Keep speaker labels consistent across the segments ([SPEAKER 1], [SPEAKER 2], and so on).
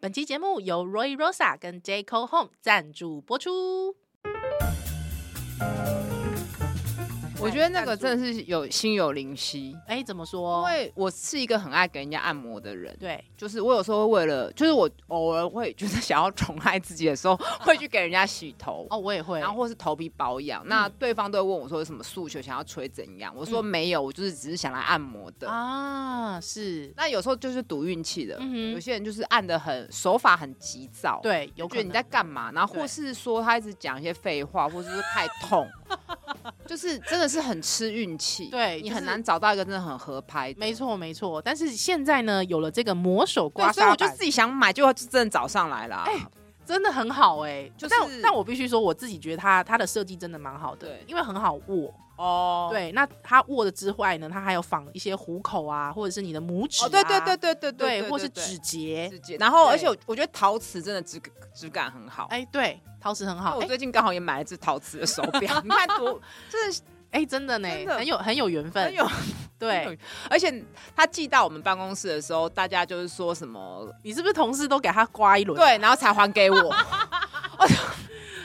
[SPEAKER 1] 本期节目由 Roy Rosa 跟 J c o Home 赞助播出。
[SPEAKER 2] 我觉得那个真的是有心有灵犀，
[SPEAKER 1] 哎、怎么
[SPEAKER 2] 因
[SPEAKER 1] 说？
[SPEAKER 2] 为我是一个很爱给人家按摩的人。
[SPEAKER 1] 对，
[SPEAKER 2] 就是我有时候会为了，就是我偶尔会就是想要宠爱自己的时候，会去给人家洗头，
[SPEAKER 1] 哦，我也会，
[SPEAKER 2] 然后或是头皮保养。那对方都会问我说有什么诉求，想要吹怎样？我说
[SPEAKER 1] 嗯
[SPEAKER 2] 没有，我就是只是想来按摩的。
[SPEAKER 1] 啊，是，
[SPEAKER 2] 那有时候就是赌运气的，
[SPEAKER 1] 嗯
[SPEAKER 2] 有
[SPEAKER 1] 哼，
[SPEAKER 2] 些人就是按的很手法很急躁，，
[SPEAKER 1] 对，有可
[SPEAKER 2] 觉得
[SPEAKER 1] 能
[SPEAKER 2] 你在干嘛，然后
[SPEAKER 1] 对
[SPEAKER 2] 或是说他一直讲一些废话，或者是太痛，就是真的是很吃运气，
[SPEAKER 1] 对
[SPEAKER 2] 你
[SPEAKER 1] 就是
[SPEAKER 2] 很难找到一个真的很合拍的。
[SPEAKER 1] 没错没错。但是现在呢，有了这个魔手刮
[SPEAKER 2] 对，所以
[SPEAKER 1] 痧
[SPEAKER 2] 我就
[SPEAKER 1] 板，
[SPEAKER 2] 自己想买，结果就真的找上来啦。
[SPEAKER 1] 哎真的很好哎、
[SPEAKER 2] 就是
[SPEAKER 1] 但但我必须说，我自己觉得它它的设计真的蛮好的
[SPEAKER 2] 对，
[SPEAKER 1] 因为很好握。
[SPEAKER 2] 哦，
[SPEAKER 1] 对，那它握的之外呢，它还有仿一些虎口啊，或者是你的拇指、啊，
[SPEAKER 2] 哦，对对对对
[SPEAKER 1] 对
[SPEAKER 2] 对对，
[SPEAKER 1] 或是
[SPEAKER 2] 对
[SPEAKER 1] 指节，
[SPEAKER 2] 指节。然后，
[SPEAKER 1] 对
[SPEAKER 2] 而且我我觉得陶瓷真的质质感很好。
[SPEAKER 1] 哎、对，陶瓷很
[SPEAKER 2] 因为
[SPEAKER 1] 好，
[SPEAKER 2] 我
[SPEAKER 1] 哎、
[SPEAKER 2] 最近刚好也买了只陶瓷的手 表，你看多真的是
[SPEAKER 1] 哎真的呢，
[SPEAKER 2] 真的
[SPEAKER 1] 很有很有缘分
[SPEAKER 2] 很，有
[SPEAKER 1] 对，，
[SPEAKER 2] 而且他寄到我们办公室的时候，大家就是说什么
[SPEAKER 1] 你是不是同事都给他刮一轮？，
[SPEAKER 2] 对，然后才还给 我。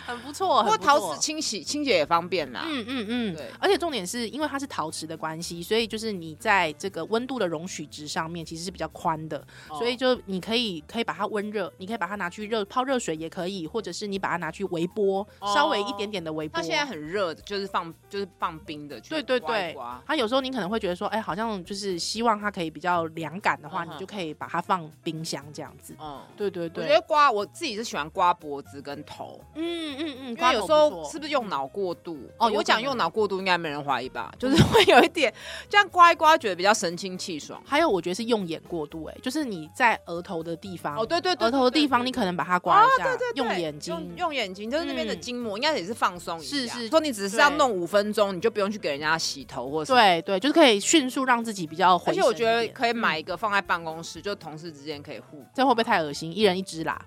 [SPEAKER 1] 很不错，
[SPEAKER 2] 不过
[SPEAKER 1] 很不
[SPEAKER 2] 陶
[SPEAKER 1] 错
[SPEAKER 2] 瓷清洗清洁也方便啦。
[SPEAKER 1] 嗯嗯嗯，
[SPEAKER 2] 对
[SPEAKER 1] 而且重点是因为它是陶瓷的关系，所以就是你在这个温度的容许值上面其实是比较宽的，
[SPEAKER 2] 哦
[SPEAKER 1] 所以就你可以可以把它温热，你可以把它拿去热泡热水也可以，或者是你把它拿去微波，
[SPEAKER 2] 哦
[SPEAKER 1] 稍微一点点的微波。
[SPEAKER 2] 它现在很热的，就是放就是放冰的，去
[SPEAKER 1] 对对
[SPEAKER 2] 刮一
[SPEAKER 1] 对
[SPEAKER 2] 刮，
[SPEAKER 1] 它有时候你可能会觉得说，哎、好像就是希望它可以比较凉感的话，
[SPEAKER 2] 嗯哼
[SPEAKER 1] 你就可以把它放冰箱这样子。
[SPEAKER 2] 嗯。
[SPEAKER 1] 对对
[SPEAKER 2] 我
[SPEAKER 1] 对，
[SPEAKER 2] 觉得刮我自己是喜欢刮脖子跟头，
[SPEAKER 1] 嗯嗯嗯，
[SPEAKER 2] 因为有时候是
[SPEAKER 1] 是
[SPEAKER 2] 不是用脑过度？
[SPEAKER 1] 哦有
[SPEAKER 2] 我
[SPEAKER 1] 可
[SPEAKER 2] 讲
[SPEAKER 1] 能
[SPEAKER 2] 用脑过度应该没人怀疑吧？就是 会有一点这样刮一刮，觉得比较神清气爽。
[SPEAKER 1] 还有我觉得是用眼过度、哎，就是你在额头的地方，
[SPEAKER 2] 哦，对对对，
[SPEAKER 1] 额头的地方，你
[SPEAKER 2] 可
[SPEAKER 1] 可能把它刮一下，
[SPEAKER 2] 对
[SPEAKER 1] 用眼睛。
[SPEAKER 2] 用用眼睛，就是那边的
[SPEAKER 1] 嗯
[SPEAKER 2] 筋膜，应该也是放松一下。
[SPEAKER 1] 是是
[SPEAKER 2] 说你只是要
[SPEAKER 1] 对
[SPEAKER 2] 弄五分钟，你就不用去给人家洗头或什么。
[SPEAKER 1] 对对，就是可以迅速让自己比较
[SPEAKER 2] 而
[SPEAKER 1] 回神
[SPEAKER 2] 且
[SPEAKER 1] 一点。
[SPEAKER 2] 我觉得可以
[SPEAKER 1] 嗯
[SPEAKER 2] 买一个放在办公室，就同事之间可以互，
[SPEAKER 1] 这样会不会太恶心？一人一支啦。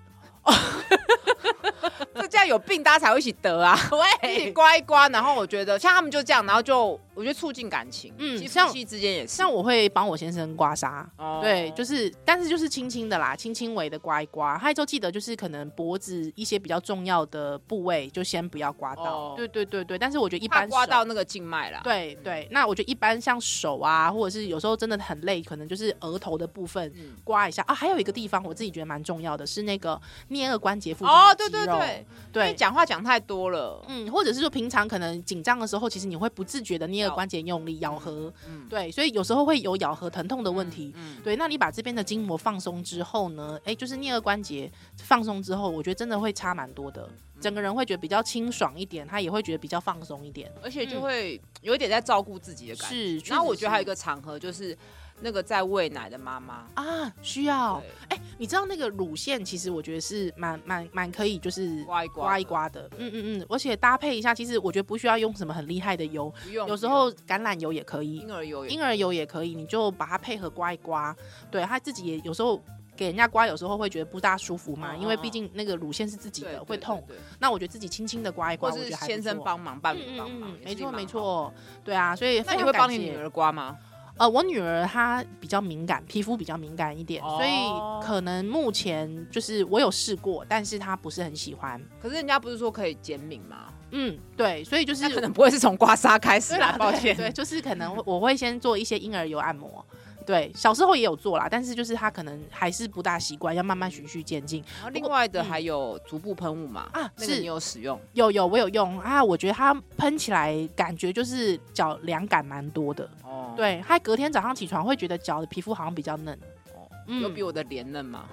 [SPEAKER 2] 这这样有病大家才会一起得啊，一起
[SPEAKER 1] 喂，
[SPEAKER 2] 刮一刮。然后我觉得像他们就这样，然后就我觉得促进感情，
[SPEAKER 1] 嗯
[SPEAKER 2] 嗯，其实
[SPEAKER 1] 像
[SPEAKER 2] 夫妻之间也是。
[SPEAKER 1] 像我会帮我先生刮痧，
[SPEAKER 2] 哦
[SPEAKER 1] 对，就是但是就是轻轻的啦，轻轻微的刮一刮。还有就记得就是可能脖子一些比较重要的部位就先不要刮到。
[SPEAKER 2] 哦
[SPEAKER 1] 对对对对，但是我觉得一
[SPEAKER 2] 怕
[SPEAKER 1] 般
[SPEAKER 2] 刮
[SPEAKER 1] 手
[SPEAKER 2] 到那个静脉啦。
[SPEAKER 1] 对对，那我觉得一般像手啊，或者是有时候真的很累，可能就是额头的部分
[SPEAKER 2] 嗯
[SPEAKER 1] 刮一下啊。还有一个地方我自己觉得蛮重要的是那个颞颌关节附近
[SPEAKER 2] 哦，
[SPEAKER 1] 的
[SPEAKER 2] 对
[SPEAKER 1] 肌
[SPEAKER 2] 对
[SPEAKER 1] 肉
[SPEAKER 2] 对，因为
[SPEAKER 1] 对。
[SPEAKER 2] 讲话讲太多了，
[SPEAKER 1] 嗯，或者是说平常可能紧张的时候，其实你会不自觉的颞颌关节用力咬合，
[SPEAKER 2] 嗯，
[SPEAKER 1] 对，所以有时候会有咬合疼痛的问题。
[SPEAKER 2] 嗯，
[SPEAKER 1] 对，那你把这边的筋膜放松之后呢，哎，就是颞颌关节放松之后，我觉得真的会差蛮多的，
[SPEAKER 2] 嗯
[SPEAKER 1] 整个人会觉得比较清爽一点，他也会觉得比较放松一点。
[SPEAKER 2] 而且就
[SPEAKER 1] 嗯
[SPEAKER 2] 会有一点在照顾自己的感觉。
[SPEAKER 1] 是，
[SPEAKER 2] 然后我觉得还有一
[SPEAKER 1] 个
[SPEAKER 2] 个场合就是那个在喂奶的妈妈，
[SPEAKER 1] 啊，需要
[SPEAKER 2] 对
[SPEAKER 1] 哎、你知道那个乳腺，其实我觉得是蛮蛮蛮可以，就是
[SPEAKER 2] 刮一刮的
[SPEAKER 1] 刮一刮的，嗯嗯嗯，而且搭配一下，其实我觉得不需要用什么很厉害的油，
[SPEAKER 2] 不用
[SPEAKER 1] 有时候橄榄油也可以，
[SPEAKER 2] 婴儿油也
[SPEAKER 1] 婴儿油也可以，你就把它配合刮一刮。对，他自己也有时候给人家刮，有时候会觉得不大舒服嘛，
[SPEAKER 2] 嗯
[SPEAKER 1] 因为
[SPEAKER 2] 嗯
[SPEAKER 1] 毕竟那个乳腺是自己
[SPEAKER 2] 对
[SPEAKER 1] 的，
[SPEAKER 2] 对
[SPEAKER 1] 会痛。
[SPEAKER 2] 对对
[SPEAKER 1] 那我觉得自己轻轻的刮一刮，
[SPEAKER 2] 或
[SPEAKER 1] 我
[SPEAKER 2] 是
[SPEAKER 1] 觉得还不
[SPEAKER 2] 先生
[SPEAKER 1] 错。
[SPEAKER 2] 帮忙，伴
[SPEAKER 1] 嗯
[SPEAKER 2] 侣帮
[SPEAKER 1] 嗯
[SPEAKER 2] 忙，
[SPEAKER 1] 嗯，
[SPEAKER 2] 也
[SPEAKER 1] 没
[SPEAKER 2] 是
[SPEAKER 1] 错
[SPEAKER 2] 蛮
[SPEAKER 1] 没
[SPEAKER 2] 好。
[SPEAKER 1] 错，对啊，所以
[SPEAKER 2] 那
[SPEAKER 1] 非
[SPEAKER 2] 你
[SPEAKER 1] 常
[SPEAKER 2] 会
[SPEAKER 1] 感
[SPEAKER 2] 帮你
[SPEAKER 1] 谢
[SPEAKER 2] 女儿刮吗？
[SPEAKER 1] 呃，我女儿她比较敏感，皮肤比较敏感一点，所
[SPEAKER 2] 哦
[SPEAKER 1] 以可能目前就是我有试过，但是她不是很喜欢。
[SPEAKER 2] 可是人家不是说可以减敏吗？
[SPEAKER 1] 嗯，对，所以就是
[SPEAKER 2] 那可能不会是从刮痧开始啊
[SPEAKER 1] 对啦
[SPEAKER 2] 啦，，抱
[SPEAKER 1] 对
[SPEAKER 2] 歉。
[SPEAKER 1] 对，就是可能我会先做一些婴儿油按摩。对，小时候也有做啦，但是就是她可能还是不大习惯，要慢慢循序渐进。
[SPEAKER 2] 然后另外的还有足部喷雾嘛，
[SPEAKER 1] 啊
[SPEAKER 2] 嗯那个
[SPEAKER 1] 是
[SPEAKER 2] 你有使用？
[SPEAKER 1] 有有，我有用啊，我觉得它喷起来感觉就是脚凉感蛮多的。
[SPEAKER 2] 哦，
[SPEAKER 1] 对，她隔天早上起床会觉得脚的皮肤好像比较嫩。
[SPEAKER 2] 哦
[SPEAKER 1] 嗯
[SPEAKER 2] 有比我的脸嫩吗？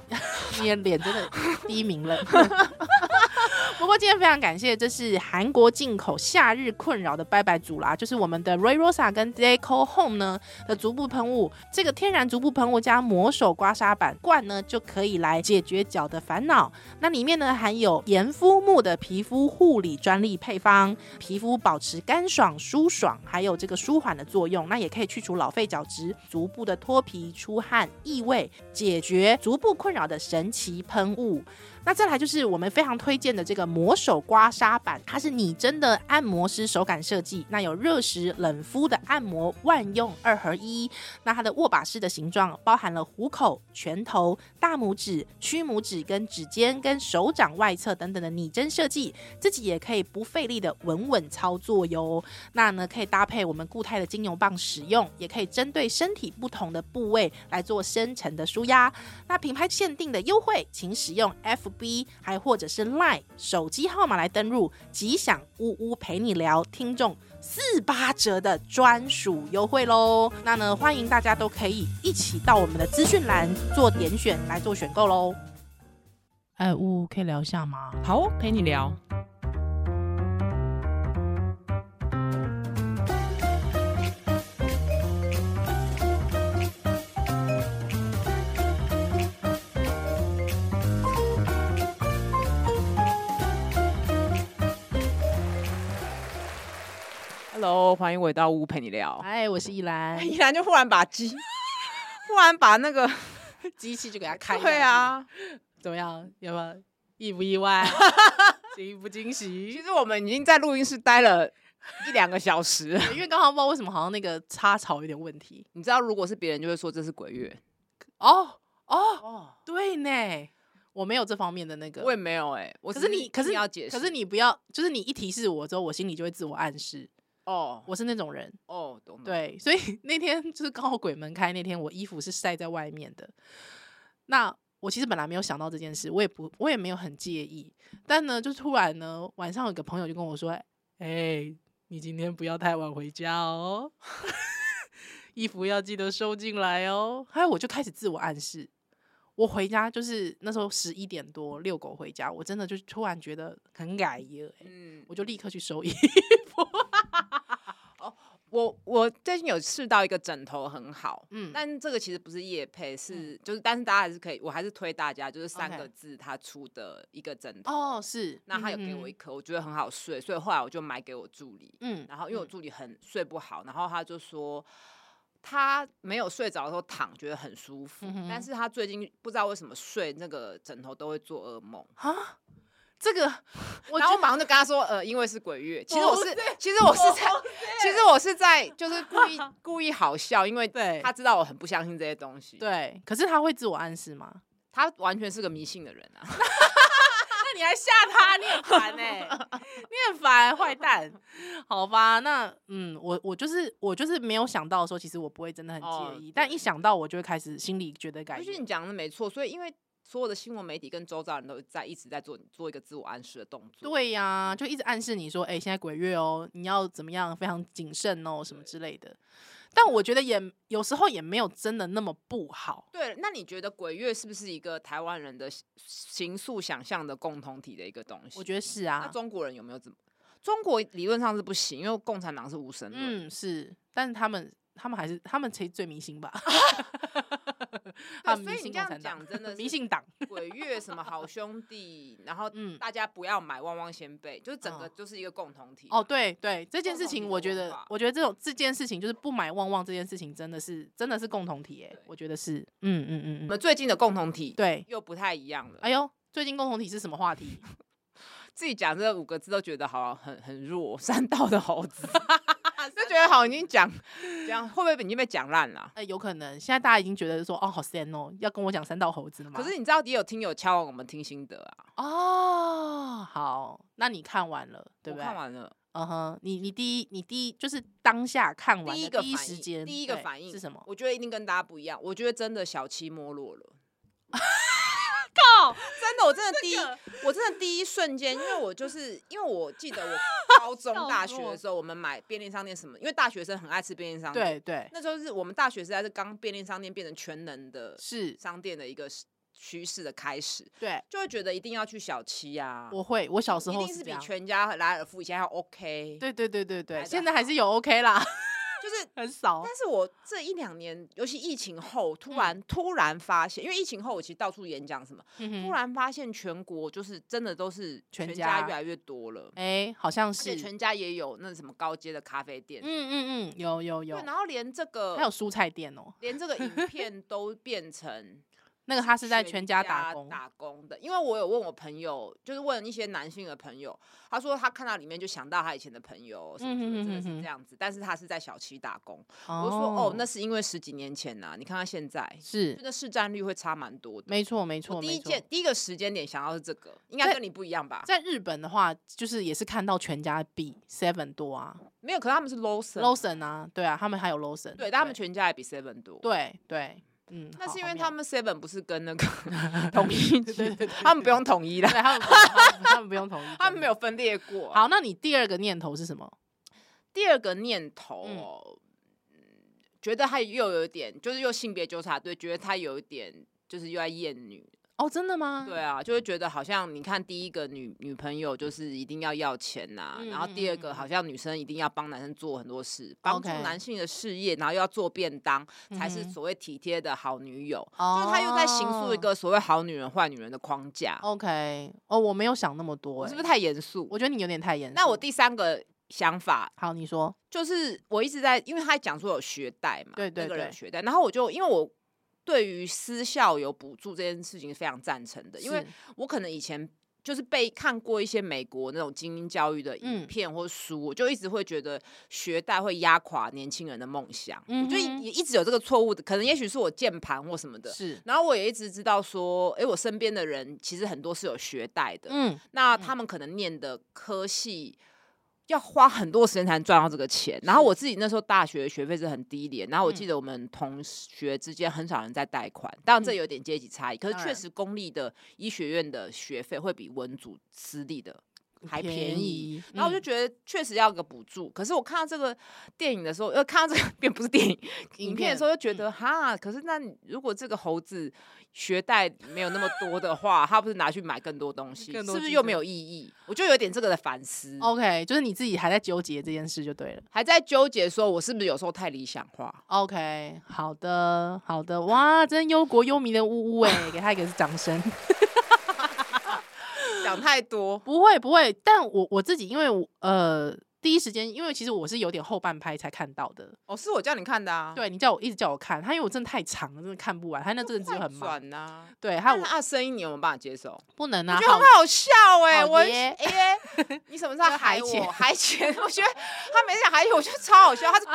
[SPEAKER 1] 你的脸真的低迷了。 不过今天非常感谢，这是韩国进口夏日困扰的拜拜组啦，就是我们的 Ray Rosa 跟 Deco Home 呢的足部喷雾，这个天然足部喷雾加魔手刮痧板罐呢，就可以来解决脚的烦恼。那里面呢含有盐肤木的皮肤护理专利配方，皮肤保持干爽舒爽，还有这个舒缓的作用。那也可以去除老废角质、足部的脱皮、出汗、异味，解决足部困扰的神奇喷雾。那再来就是我们非常推荐的这个魔手刮痧板，它是拟真的按摩师手感设计，那有热石冷敷的按摩万用二合一。那它的握把式的形状包含了虎口、拳头、大拇指、屈拇指跟指尖跟手掌外侧等等的拟真设计，自己也可以不费力的稳稳操作哟。那呢，可以搭配我们固态的精油棒使用，也可以针对身体不同的部位来做深层的舒压。那品牌限定的优惠，请使用 FB 还或者是 Line 手机号码来登入“吉祥呜呜陪你聊”听众四八折的专属优惠喽。那呢，欢迎大家都可以一起到我们的资讯栏做点选来做选购喽。哎，呜呜，可以聊一下吗？
[SPEAKER 2] 好哦，陪你聊。Hello，欢迎回到屋陪你聊。
[SPEAKER 1] 哎，我是依 兰，
[SPEAKER 2] 依然就忽然把鸡， 忽然把那 个
[SPEAKER 1] 机器就给它开。
[SPEAKER 2] 对，啊，
[SPEAKER 1] 怎么样？有没有意不意 外？惊不惊喜
[SPEAKER 2] 其？实我们已经在录音室待了一两个小时。
[SPEAKER 1] 因为刚刚不知道为什么好像那个插槽有点问题。
[SPEAKER 2] 你知道，如果是别人，就会说这是鬼月。
[SPEAKER 1] 哦哦，
[SPEAKER 2] 哦，
[SPEAKER 1] 对呢，我没有这方面的那个。
[SPEAKER 2] 我也没有哎、我
[SPEAKER 1] 可
[SPEAKER 2] 只
[SPEAKER 1] 是你，可
[SPEAKER 2] 一
[SPEAKER 1] 是
[SPEAKER 2] 定要解释，
[SPEAKER 1] 可是你不要，就是你一提示我之后，我心里就会自我暗示，
[SPEAKER 2] 哦
[SPEAKER 1] 我是那种人。
[SPEAKER 2] 哦，懂了。
[SPEAKER 1] 对，所以 那天就是刚好鬼门开那天，我衣服是晒在外面的。那我其实本来没有想到这件事，我也不，我也没有很介意。但呢，就突然呢，晚上有个朋友就跟我说：“哎、你今天不要太晚回家哦， 衣服要记得收进来哦。”还有我就开始自我暗示。我回家就是那时候十一点多遛狗回家，我真的就突然觉得很改耶、
[SPEAKER 2] 嗯，
[SPEAKER 1] 我就立刻去收衣
[SPEAKER 2] 我我最近有试到一个枕头很好，
[SPEAKER 1] 嗯，
[SPEAKER 2] 但这个其实不是夜配，是就是，但是大家还是可以，我还是推大家，就是三
[SPEAKER 1] OK
[SPEAKER 2] 个字它出的一个枕头。
[SPEAKER 1] 哦是，
[SPEAKER 2] 那他有给我一颗，我觉得很好睡，所以后来我就买给我助理。
[SPEAKER 1] 嗯嗯，嗯，
[SPEAKER 2] 然后因为我
[SPEAKER 1] 嗯
[SPEAKER 2] 助理很睡不好，然后他就说他没有睡着的时候躺觉得很舒服，
[SPEAKER 1] 嗯哼
[SPEAKER 2] 但是他最近不知道为什么睡那个枕头都会做噩梦。
[SPEAKER 1] 啊，这个我觉
[SPEAKER 2] 然后我
[SPEAKER 1] 得
[SPEAKER 2] 马上就跟他说，呃，因为是鬼月，其实我
[SPEAKER 1] 不
[SPEAKER 2] 是
[SPEAKER 1] 是，
[SPEAKER 2] 其实我是在，其实我是在，就是故 意故意好笑，因为
[SPEAKER 1] 对
[SPEAKER 2] 他知道我很不相信这些东 西，，
[SPEAKER 1] 对，可是他会自我暗示吗？
[SPEAKER 2] 他完全是个迷信的人啊。
[SPEAKER 1] 那你还吓他，你很烦 哎、你很烦，坏蛋。好吧，那嗯，我我就是我就是没有想到的时候，其实我不会真的很
[SPEAKER 2] 哦
[SPEAKER 1] 介意，但一想到我就会开始心里觉得改
[SPEAKER 2] 可是
[SPEAKER 1] 变。
[SPEAKER 2] 你讲的没错，所以因为所有的新闻媒体跟周遭人都在一直在做做一个自我暗示的动作，
[SPEAKER 1] 对呀、就一直暗示你说，哎、现在鬼月哦，你要怎么样，非常谨慎哦，什么之类的。但我觉得也有时候也没有真的那么不好。
[SPEAKER 2] 对，那你觉得鬼月是不是一个台湾人的形形塑想象的共同体的一个东西？
[SPEAKER 1] 我觉得是
[SPEAKER 2] 那
[SPEAKER 1] 啊，
[SPEAKER 2] 中国人有没有怎么？中国理论上是不行，因为共产党是无神论。
[SPEAKER 1] 嗯，是，但是他们他们还是他们才最迷信吧？
[SPEAKER 2] 对
[SPEAKER 1] 他们迷
[SPEAKER 2] 所以你
[SPEAKER 1] 信共
[SPEAKER 2] 这样
[SPEAKER 1] 产党
[SPEAKER 2] 讲，真的是
[SPEAKER 1] 迷信党，
[SPEAKER 2] 鬼月什么好兄弟，然后
[SPEAKER 1] 嗯。
[SPEAKER 2] 大家不要买旺旺仙贝，就是整个
[SPEAKER 1] 哦
[SPEAKER 2] 就是一个共同体。
[SPEAKER 1] 哦，，对对，这件
[SPEAKER 2] 共
[SPEAKER 1] 事
[SPEAKER 2] 同体
[SPEAKER 1] 情
[SPEAKER 2] 的
[SPEAKER 1] 我觉
[SPEAKER 2] 文
[SPEAKER 1] 得
[SPEAKER 2] 化，
[SPEAKER 1] 我觉得这种这件事情就是不买旺旺这件事情，真的是真的是共同体哎
[SPEAKER 2] 对，
[SPEAKER 1] 我觉得是，嗯嗯嗯
[SPEAKER 2] 我
[SPEAKER 1] 嗯，
[SPEAKER 2] 们最近的共同体
[SPEAKER 1] 对，
[SPEAKER 2] 又不太一样了。
[SPEAKER 1] 哎呦，最近共同体是什么话题？
[SPEAKER 2] 自己讲这五个字都觉得好很很弱， 山道的猴 子，就觉得好已经讲讲会不会已经被讲烂了？
[SPEAKER 1] 哎，有可能现在大家已经觉得说，哦，好 sad 哦，要跟我讲三道猴子了吗？
[SPEAKER 2] 可是你知道，也有听友敲完我们听心得啊，
[SPEAKER 1] 哦，好，那你看完了，对不
[SPEAKER 2] 我
[SPEAKER 1] 对？
[SPEAKER 2] 看完了。
[SPEAKER 1] 嗯哼，你你第一你第一就是当下看完
[SPEAKER 2] 第一
[SPEAKER 1] 的
[SPEAKER 2] 个
[SPEAKER 1] 第一
[SPEAKER 2] 反
[SPEAKER 1] 时
[SPEAKER 2] 应
[SPEAKER 1] 间
[SPEAKER 2] 第一个
[SPEAKER 1] 对
[SPEAKER 2] 反应
[SPEAKER 1] 是什么？
[SPEAKER 2] 我觉得一定跟大家不一样。我觉得真的小七没 落了。
[SPEAKER 1] 靠，
[SPEAKER 2] 真的，我真的第一，
[SPEAKER 1] 个
[SPEAKER 2] 我真的第一瞬间，因为我就是因为我记 得我高中、
[SPEAKER 1] 笑
[SPEAKER 2] 大
[SPEAKER 1] 死
[SPEAKER 2] 学
[SPEAKER 1] 我
[SPEAKER 2] 的时候，我们买便利商店什么，因为大学生很爱吃便利商店。
[SPEAKER 1] 对对
[SPEAKER 2] 那时候是我们大学时代是刚便利商店变成全能的
[SPEAKER 1] 是，
[SPEAKER 2] 商店的一个时趋势的开始，
[SPEAKER 1] 对，
[SPEAKER 2] 就会觉得一定要去小七啊。
[SPEAKER 1] 我会，我小时
[SPEAKER 2] 一
[SPEAKER 1] 候
[SPEAKER 2] 定是
[SPEAKER 1] 这
[SPEAKER 2] 比
[SPEAKER 1] 样。
[SPEAKER 2] 全家和莱尔富以前还要 OK。，
[SPEAKER 1] 对对对对对，
[SPEAKER 2] 得
[SPEAKER 1] 现在还
[SPEAKER 2] 好
[SPEAKER 1] 是有 OK 啦，
[SPEAKER 2] 就是
[SPEAKER 1] 很少。
[SPEAKER 2] 但是我这一两年，尤其疫情后，突然、突然发现，因为疫情后我其实到处演讲什么，
[SPEAKER 1] 嗯
[SPEAKER 2] 突
[SPEAKER 1] 哼，
[SPEAKER 2] 然发现全国就是真的都是
[SPEAKER 1] 全
[SPEAKER 2] 家
[SPEAKER 1] 家
[SPEAKER 2] 越来越多了，
[SPEAKER 1] 哎，好像
[SPEAKER 2] 而且
[SPEAKER 1] 是，嗯
[SPEAKER 2] 全家也有那什么高阶的咖啡店，
[SPEAKER 1] 嗯嗯，有有有
[SPEAKER 2] 对，，然后连这 个
[SPEAKER 1] 还有蔬菜店哦，
[SPEAKER 2] 连这个影片都变成
[SPEAKER 1] 那个他是在全家打工，
[SPEAKER 2] 打工的，因为我有问我朋友，就是问一些男性的朋友，他说他看到里面就想到他以前的朋友，什么什么真
[SPEAKER 1] 嗯
[SPEAKER 2] 的
[SPEAKER 1] 哼哼哼
[SPEAKER 2] 是
[SPEAKER 1] 哼
[SPEAKER 2] 这样子，但是他是在小七打工。我就说哦，那是因为十几年前呐、你看看现在，
[SPEAKER 1] 是
[SPEAKER 2] 就那市占率会差蛮多的。
[SPEAKER 1] 没错没错
[SPEAKER 2] 我第
[SPEAKER 1] 没
[SPEAKER 2] 一
[SPEAKER 1] 错。
[SPEAKER 2] 件第一个时间点想到是这个，应该
[SPEAKER 1] 在
[SPEAKER 2] 跟你不一样吧？
[SPEAKER 1] 在日本的话，就是也是看到全家比 Seven 多啊
[SPEAKER 2] 没有，可是他们是 low s o n
[SPEAKER 1] ，Lawson 啊，对啊，他们还有 Lawson，
[SPEAKER 2] 对，但他们全家也比 seven 多。，
[SPEAKER 1] 对对，嗯，
[SPEAKER 2] 那
[SPEAKER 1] 好
[SPEAKER 2] 是因
[SPEAKER 1] 好
[SPEAKER 2] 为
[SPEAKER 1] 妙
[SPEAKER 2] 他们 seven 不是跟那个 统一集团，他们不用统一啦，
[SPEAKER 1] 对他们不用他们他们不用同意，
[SPEAKER 2] 他们没
[SPEAKER 1] 有。
[SPEAKER 2] 有分裂过。
[SPEAKER 1] 好，那你第二个念头是什么？
[SPEAKER 2] 第二个念头、
[SPEAKER 1] 嗯
[SPEAKER 2] 哦，嗯觉得他又有点，就是又性别纠察队，觉得他有一点就是又在厌女。
[SPEAKER 1] 哦，真的吗？
[SPEAKER 2] 对啊，就会觉得好像你看第一个女女朋友就是一定要要钱呐、
[SPEAKER 1] 嗯
[SPEAKER 2] 然后第二
[SPEAKER 1] 嗯
[SPEAKER 2] 个
[SPEAKER 1] 嗯
[SPEAKER 2] 好像女生一定要帮男生做很多事，帮助
[SPEAKER 1] OK
[SPEAKER 2] 男性的事业，然后又要做便当，才是
[SPEAKER 1] 嗯哼
[SPEAKER 2] 所谓体贴的好女友。
[SPEAKER 1] 哦，
[SPEAKER 2] 啊就是他又在形塑一个所谓好女人、坏女人的框架。
[SPEAKER 1] OK，哦，我没有想那么多、
[SPEAKER 2] 我
[SPEAKER 1] 欸，
[SPEAKER 2] 是不是？太严肃？
[SPEAKER 1] 我觉得你有点太严肃。
[SPEAKER 2] 那我第三个想法
[SPEAKER 1] 好，你说，
[SPEAKER 2] 就是我一直在，因为他讲说有学贷嘛，
[SPEAKER 1] 对对
[SPEAKER 2] 那个人有
[SPEAKER 1] 对
[SPEAKER 2] 学贷，然后我就因为我对于私校有补助这件事情是非常赞成的，因为
[SPEAKER 1] 是
[SPEAKER 2] 我可能以前就是被看过一些美国那种精英教育的影
[SPEAKER 1] 嗯
[SPEAKER 2] 片或书，我就一直会觉得学贷会压垮年轻人的梦想，我就
[SPEAKER 1] 嗯哼
[SPEAKER 2] 也一直有这个错误的，可能也许是我键盘或什么的。
[SPEAKER 1] 是，
[SPEAKER 2] 然后我也一直知道说，诶，我身边的人其实很多是有学贷的，
[SPEAKER 1] 嗯，
[SPEAKER 2] 那他们可能念的科系要花很多时间才能赚到这个钱。然后我自己那时候大学的学费是很低廉，然后我记
[SPEAKER 1] 嗯
[SPEAKER 2] 得我们同学之间很少人在贷款，当然这
[SPEAKER 1] 嗯
[SPEAKER 2] 有点阶级差异。可是
[SPEAKER 1] 当
[SPEAKER 2] 确
[SPEAKER 1] 然
[SPEAKER 2] 实公立的医学院的学费会比文组私立的。还便
[SPEAKER 1] 便
[SPEAKER 2] 宜，
[SPEAKER 1] 宜。
[SPEAKER 2] 然后我就
[SPEAKER 1] 嗯
[SPEAKER 2] 觉得确实要有个补助。可是我看到这个电影的时候，呃，看到这个 并不是电影影
[SPEAKER 1] 影
[SPEAKER 2] 片的
[SPEAKER 1] 片
[SPEAKER 2] 嗯时候，就觉得哈，可是那你如果这个猴子学贷没有那么多的话，他不是拿去买更多哦东西，
[SPEAKER 1] 更
[SPEAKER 2] 是
[SPEAKER 1] 多
[SPEAKER 2] 不是
[SPEAKER 1] 竞
[SPEAKER 2] 又没
[SPEAKER 1] 争
[SPEAKER 2] 有意义？我就有点这个的反思，
[SPEAKER 1] OK，就是你自己还在纠结这件事就对了。
[SPEAKER 2] 还在纠结说我是不是有时候太理想化。
[SPEAKER 1] OK，好的，好的，哇，真忧国忧民的呜呜哎，给他一个掌声。
[SPEAKER 2] 想太多，
[SPEAKER 1] 不会不会，但我我自己因为我呃第一时间，因为其实我是有点后半拍才看到的。
[SPEAKER 2] 哦，是我叫你看的啊，，
[SPEAKER 1] 对你叫我一直叫我看，他因为我真的太长了，真的看不完。他那阵子就很忙，
[SPEAKER 2] 转啊呐。
[SPEAKER 1] 对，还
[SPEAKER 2] 他
[SPEAKER 1] 有
[SPEAKER 2] 二声音，你有没有办法接受？
[SPEAKER 1] 不能
[SPEAKER 2] 我
[SPEAKER 1] 啊，
[SPEAKER 2] 觉得很
[SPEAKER 1] 好
[SPEAKER 2] 好笑哎、
[SPEAKER 1] 好
[SPEAKER 2] 我
[SPEAKER 1] 耶
[SPEAKER 2] 哎、你什么时候
[SPEAKER 1] 这个
[SPEAKER 2] 海
[SPEAKER 1] 海
[SPEAKER 2] 我
[SPEAKER 1] 潜
[SPEAKER 2] 海潜？我觉得他每次讲海潜，我觉得超好笑，他是